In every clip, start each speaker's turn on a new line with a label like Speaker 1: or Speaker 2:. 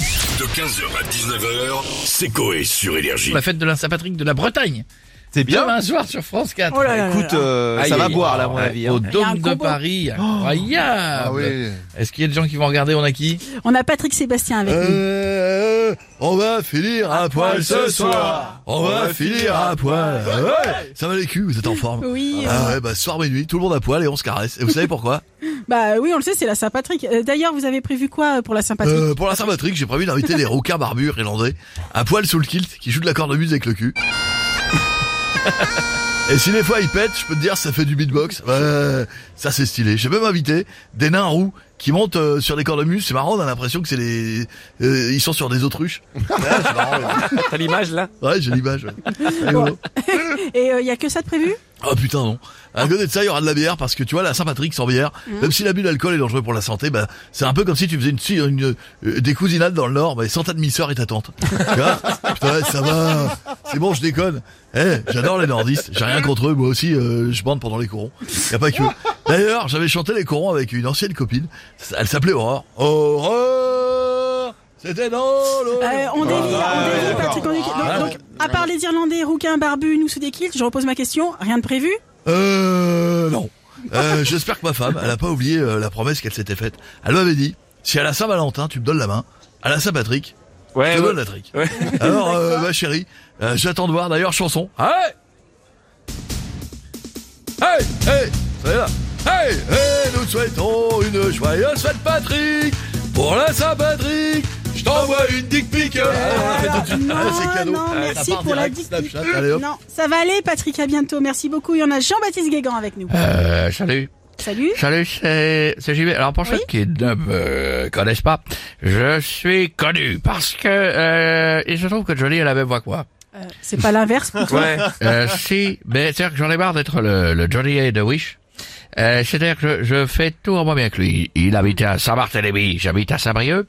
Speaker 1: De 15h à 19h, c'est Coé sur Énergie.
Speaker 2: pour la fête de la Saint-Patrick de la Bretagne.
Speaker 3: C'est bien.
Speaker 2: Demain soir sur France 4.
Speaker 4: Oh là là
Speaker 3: Écoute, euh,
Speaker 2: Aïe,
Speaker 3: ça va
Speaker 2: aïe,
Speaker 3: boire
Speaker 2: aïe.
Speaker 3: là, à mon avis. hein. Ah
Speaker 2: Au
Speaker 4: y a un
Speaker 2: Dôme de
Speaker 4: combo. Oh.
Speaker 2: Paris, incroyable. Est-ce qu'il y a des gens qui vont regarder On a qui
Speaker 4: On a Patrick Sébastien avec
Speaker 1: Euh,
Speaker 4: nous.
Speaker 1: on va finir à poil ce soir. On va finir à poil. Ouais. Ça va les culs, vous êtes en forme.
Speaker 4: Oui,
Speaker 1: Ah ouais, bah soir minuit, tout le monde à poil et on se caresse. Et vous savez pourquoi
Speaker 4: bah oui, on le sait, c'est la Saint-Patrick. Euh, D'ailleurs, vous avez prévu quoi euh, pour la Saint-Patrick
Speaker 1: Euh, Pour la Saint-Patrick, j'ai prévu d'inviter les rouquins barbus irlandais à poil sous le kilt qui jouent de la cornemuse avec le cul. Et si des fois ils pètent, je peux te dire, ça fait du beatbox. Ouais, ça c'est stylé. J'ai même invité des nains roux qui montent euh, sur des cornemuses. C'est marrant, on a l'impression que c'est les, euh, ils sont sur des autruches.
Speaker 5: T'as l'image là
Speaker 1: Ouais, j'ai l'image. ouais. Rigolo.
Speaker 4: Et il euh, y a que ça de prévu
Speaker 1: Oh putain non. À côté de ça, il y aura de la bière parce que tu vois la Saint-Patrick sans bière, même si l'abus d'alcool est dangereux pour la santé, bah c'est un peu comme si tu faisais une, si- une- euh, des cousinades dans le Nord, bah, sans ta demi-sœur et ta tante. Tu vois putain, ouais, ça va. C'est bon, je déconne. Eh, j'adore les nordistes, j'ai rien contre eux, moi aussi euh, je bande pendant les corons. Y a pas que. eux. D'ailleurs, j'avais chanté les corons avec une ancienne copine, elle s'appelait Aurore. Aurore, c'était dans l'eau.
Speaker 4: Euh, On dévie, on dévie, Patrick. on dévie. Donc, donc, à part les Irlandais, rouquins, barbus, nous sous des kilts, je repose ma question. Rien de prévu
Speaker 1: Euh, non. Euh, J'espère que ma femme, elle a pas oublié euh, la promesse qu'elle s'était faite. Elle m'avait dit, si à la Saint-Valentin, tu me donnes la main, à la Saint-Patrick, je
Speaker 5: Ouais,
Speaker 1: te
Speaker 5: ouais.
Speaker 1: donne la trique.
Speaker 5: Ouais.
Speaker 1: Alors, euh, ma chérie, euh, j'attends de voir d'ailleurs chanson. Hey Hey Hey Soyez là Hey Hey Nous te souhaitons une joyeuse fête Patrick Pour la Saint-Patrick Je t'envoie une dick pic Ah, on l'a fait tout de suite.
Speaker 4: Non,
Speaker 1: Ah, C'est cadeau
Speaker 4: non,
Speaker 1: Ah,
Speaker 4: merci
Speaker 1: ça part
Speaker 4: pour la
Speaker 1: direct,
Speaker 4: dick pic.
Speaker 1: Snapchat, allez hop.
Speaker 4: Non, ça va aller, Patrick. À bientôt. Merci beaucoup. Il y en a Jean-Baptiste Guégan avec nous.
Speaker 2: euh, Salut.
Speaker 4: Salut.
Speaker 2: Salut, c'est c'est JB. Alors pour
Speaker 4: Oui.
Speaker 2: ceux qui ne me connaissent pas, je suis connu parce que euh, il se trouve que Johnny a la même voix que moi.
Speaker 4: Euh, c'est pas l'inverse pour toi
Speaker 5: Ouais.
Speaker 2: Euh, si, mais c'est-à-dire que j'en ai marre d'être le, le Johnny Hay de Wish. Euh, c'est-à-dire que je, je fais tout en moins bien que lui. Il habitait à Saint-Barthélemy, j'habite à Saint-Brieuc.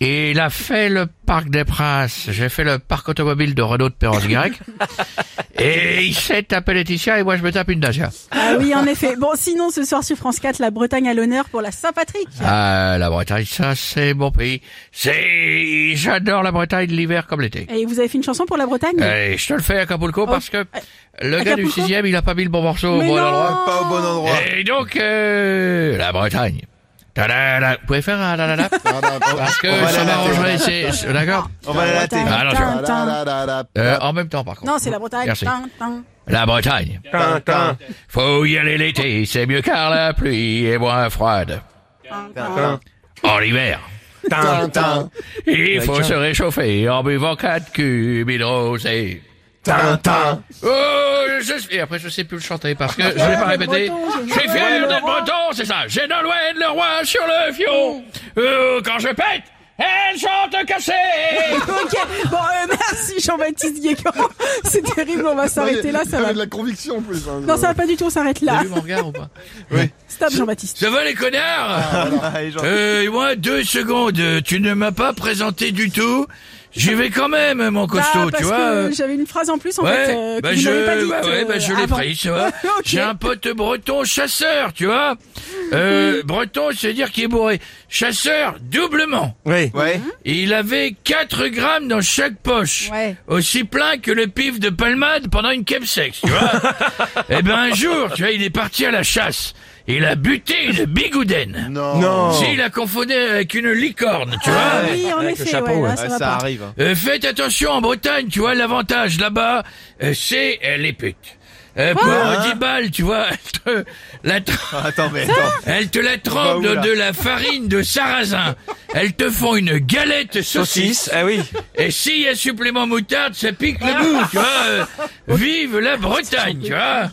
Speaker 2: Et il a fait le Parc des Princes, j'ai fait le parc automobile de Renault de perros grec Et il s'est tapé Laetitia et moi je me tape une Dacia.
Speaker 4: Ah oui, en effet. Bon, sinon, ce soir sur France 4, la Bretagne à l'honneur pour la Saint-Patrick.
Speaker 2: Ah, la Bretagne, ça c'est mon pays. C'est, j'adore la Bretagne l'hiver comme l'été.
Speaker 4: Et vous avez fait une chanson pour la Bretagne
Speaker 2: Et je te le fais à Acapulco parce que le gars du
Speaker 4: Oh. Acapulco
Speaker 2: sixième, il a pas mis le bon morceau au
Speaker 4: Mais
Speaker 2: bon
Speaker 4: non.
Speaker 2: endroit.
Speaker 3: Pas au bon endroit.
Speaker 2: Et donc, euh, la Bretagne. Ta-da-da. Vous pouvez faire un la Parce que
Speaker 3: va
Speaker 2: ça
Speaker 3: la latter,
Speaker 2: m'arrangerait, c'est, c'est- d'accord?
Speaker 3: On va la latter.
Speaker 2: Ah, non, je-
Speaker 4: Tin, tin.
Speaker 2: Euh, en même temps, par contre.
Speaker 4: Non, c'est la Bretagne.
Speaker 2: Merci.
Speaker 4: Tin, tin.
Speaker 2: La Bretagne.
Speaker 5: Tintin.
Speaker 2: Faut y aller l'été, c'est mieux car la pluie est moins froide. En hiver.
Speaker 5: Tintin.
Speaker 2: Il faut se réchauffer en buvant 4 cubes hydrosés.
Speaker 5: Tintin.
Speaker 2: Oh, je suis... Et après, je sais plus le chanter parce que je l'ai pas répété. Je suis fier d'être breton, c'est ça. J'ai Nolwenn le roi sur le fion. Euh, quand je pète, elle chante cassée.
Speaker 4: Ok, bon, euh, merci Jean-Baptiste Guégan. C'est terrible, on va s'arrêter là. Ça va.
Speaker 6: de la conviction en plus. hein.
Speaker 4: Non, ça va pas du tout, on s'arrête là.
Speaker 2: T'as vu mon regard ou pas Ah,
Speaker 4: Stop Jean-Baptiste.
Speaker 2: Ça va les connards
Speaker 3: Allez, Jean-
Speaker 2: Euh, moi, deux secondes. Tu ne m'as pas présenté du tout. J'y vais quand même, mon costaud,
Speaker 4: Ah, parce
Speaker 2: tu vois.
Speaker 4: que j'avais une phrase en plus en
Speaker 2: Ouais,
Speaker 4: fait euh, que
Speaker 2: bah
Speaker 4: vous n'avez
Speaker 2: je,
Speaker 4: pas dite.
Speaker 2: bah ouais, bah
Speaker 4: euh,
Speaker 2: je l'ai
Speaker 4: avant.
Speaker 2: pris, tu vois.
Speaker 4: Ok.
Speaker 2: J'ai un pote breton chasseur, tu vois. Euh, breton, c'est dire qu'il est bourré. Chasseur, doublement.
Speaker 5: Ouais.
Speaker 3: Ouais.
Speaker 2: Et il avait 4 grammes dans chaque poche.
Speaker 4: Ouais.
Speaker 2: Aussi plein que le pif de palmade pendant une sexe, tu vois. Et ben un jour, tu vois, il est parti à la chasse. Il a buté une bigoudaine.
Speaker 6: Non.
Speaker 5: Non.
Speaker 2: Si, il a confondu avec une licorne, tu vois.
Speaker 4: Ah oui, en
Speaker 5: Avec le
Speaker 4: effet,
Speaker 5: chapeau,
Speaker 4: ouais, là,
Speaker 5: ouais.
Speaker 4: ça
Speaker 3: Ouais,
Speaker 4: va
Speaker 3: ça
Speaker 4: pas.
Speaker 3: arrive.
Speaker 2: Euh, faites attention en Bretagne, tu vois, l'avantage là-bas, euh, c'est euh, les putes. Euh, pour
Speaker 3: Hein Ah,
Speaker 2: 10 balles, tu vois, elle te la, tra-
Speaker 3: Attends, mais attends.
Speaker 2: elle te la trempe
Speaker 3: Bah, oula.
Speaker 2: de la farine de sarrasin. Elles te font une galette saucisse.
Speaker 5: Ah oui.
Speaker 2: Et s'il y a supplément moutarde, ça pique le bout, tu vois. euh, vive la Bretagne, tu vois.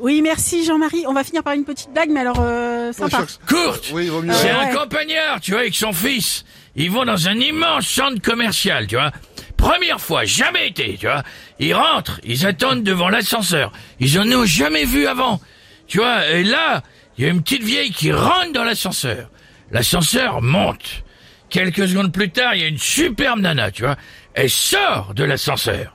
Speaker 4: Oui, merci Jean-Marie. On va finir par une petite blague, mais alors euh, sympa.
Speaker 2: Courte.
Speaker 6: Oui, il vaut mieux.
Speaker 2: C'est
Speaker 4: Ah
Speaker 2: un
Speaker 4: ouais.
Speaker 2: campagnard, tu vois, avec son fils. Ils vont dans un immense centre commercial, tu vois. Première fois, jamais été, tu vois. Ils rentrent, ils attendent devant l'ascenseur. Ils en ont jamais vu avant. Tu vois, et là, il y a une petite vieille qui rentre dans l'ascenseur. L'ascenseur monte. Quelques secondes plus tard, il y a une superbe nana, tu vois. Elle sort de l'ascenseur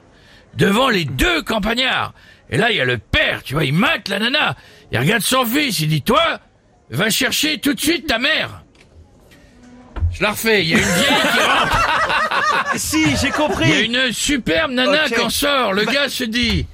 Speaker 2: devant les deux campagnards. Et là, il y a le père, tu vois, il mate la nana. Il regarde son fils, il dit, toi, va chercher tout de suite ta mère. Je la refais, il y a une vieille qui rentre.
Speaker 3: Ah, si, j'ai
Speaker 2: Il y a
Speaker 3: compris.
Speaker 2: une superbe nana
Speaker 3: Ok.
Speaker 2: qu'en sort. Le gars se dit,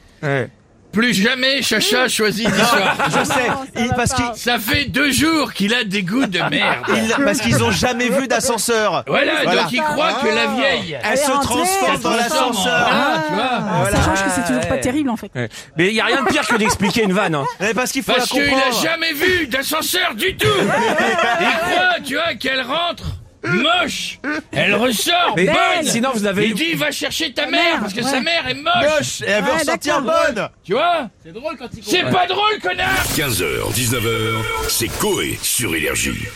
Speaker 2: plus jamais Chacha choisit d'histoire.
Speaker 3: Je sais,
Speaker 4: Non, ça
Speaker 3: il-
Speaker 4: va
Speaker 3: parce
Speaker 4: pas.
Speaker 3: qu'ils
Speaker 2: Ça fait deux jours qu'il a des goûts de merde.
Speaker 3: ils- parce qu'ils ont jamais vu d'ascenseur.
Speaker 2: Voilà,
Speaker 3: Voilà.
Speaker 2: donc il croit que la vieille.
Speaker 3: Elle se
Speaker 4: rentrée,
Speaker 3: transforme
Speaker 4: elle
Speaker 3: dans
Speaker 2: se transforme en-
Speaker 3: l'ascenseur.
Speaker 2: Ah, tu vois.
Speaker 4: Ah,
Speaker 3: Voilà.
Speaker 4: Ça change que c'est toujours pas
Speaker 5: Ouais.
Speaker 4: terrible en fait.
Speaker 5: Mais il n'y a rien de pire que d'expliquer une vanne. hein.
Speaker 3: Mais parce qu'il faut
Speaker 2: Parce
Speaker 3: la
Speaker 2: qu'il
Speaker 3: comprendre.
Speaker 2: a jamais vu d'ascenseur du tout. Il croit, tu vois, qu'elle rentre moche. Elle ressort
Speaker 5: Mais
Speaker 2: bonne.
Speaker 5: sinon, vous avez
Speaker 2: Il dit, va chercher ta mère,
Speaker 4: mère,
Speaker 2: parce que
Speaker 4: ouais.
Speaker 2: sa mère est moche.
Speaker 3: Moche, et elle veut
Speaker 4: Ouais,
Speaker 3: ressortir
Speaker 4: d'accord.
Speaker 3: bonne.
Speaker 2: Tu vois C'est drôle quand il C'est pas drôle, connard
Speaker 6: 15h, 19h, c'est Coé sur Énergie.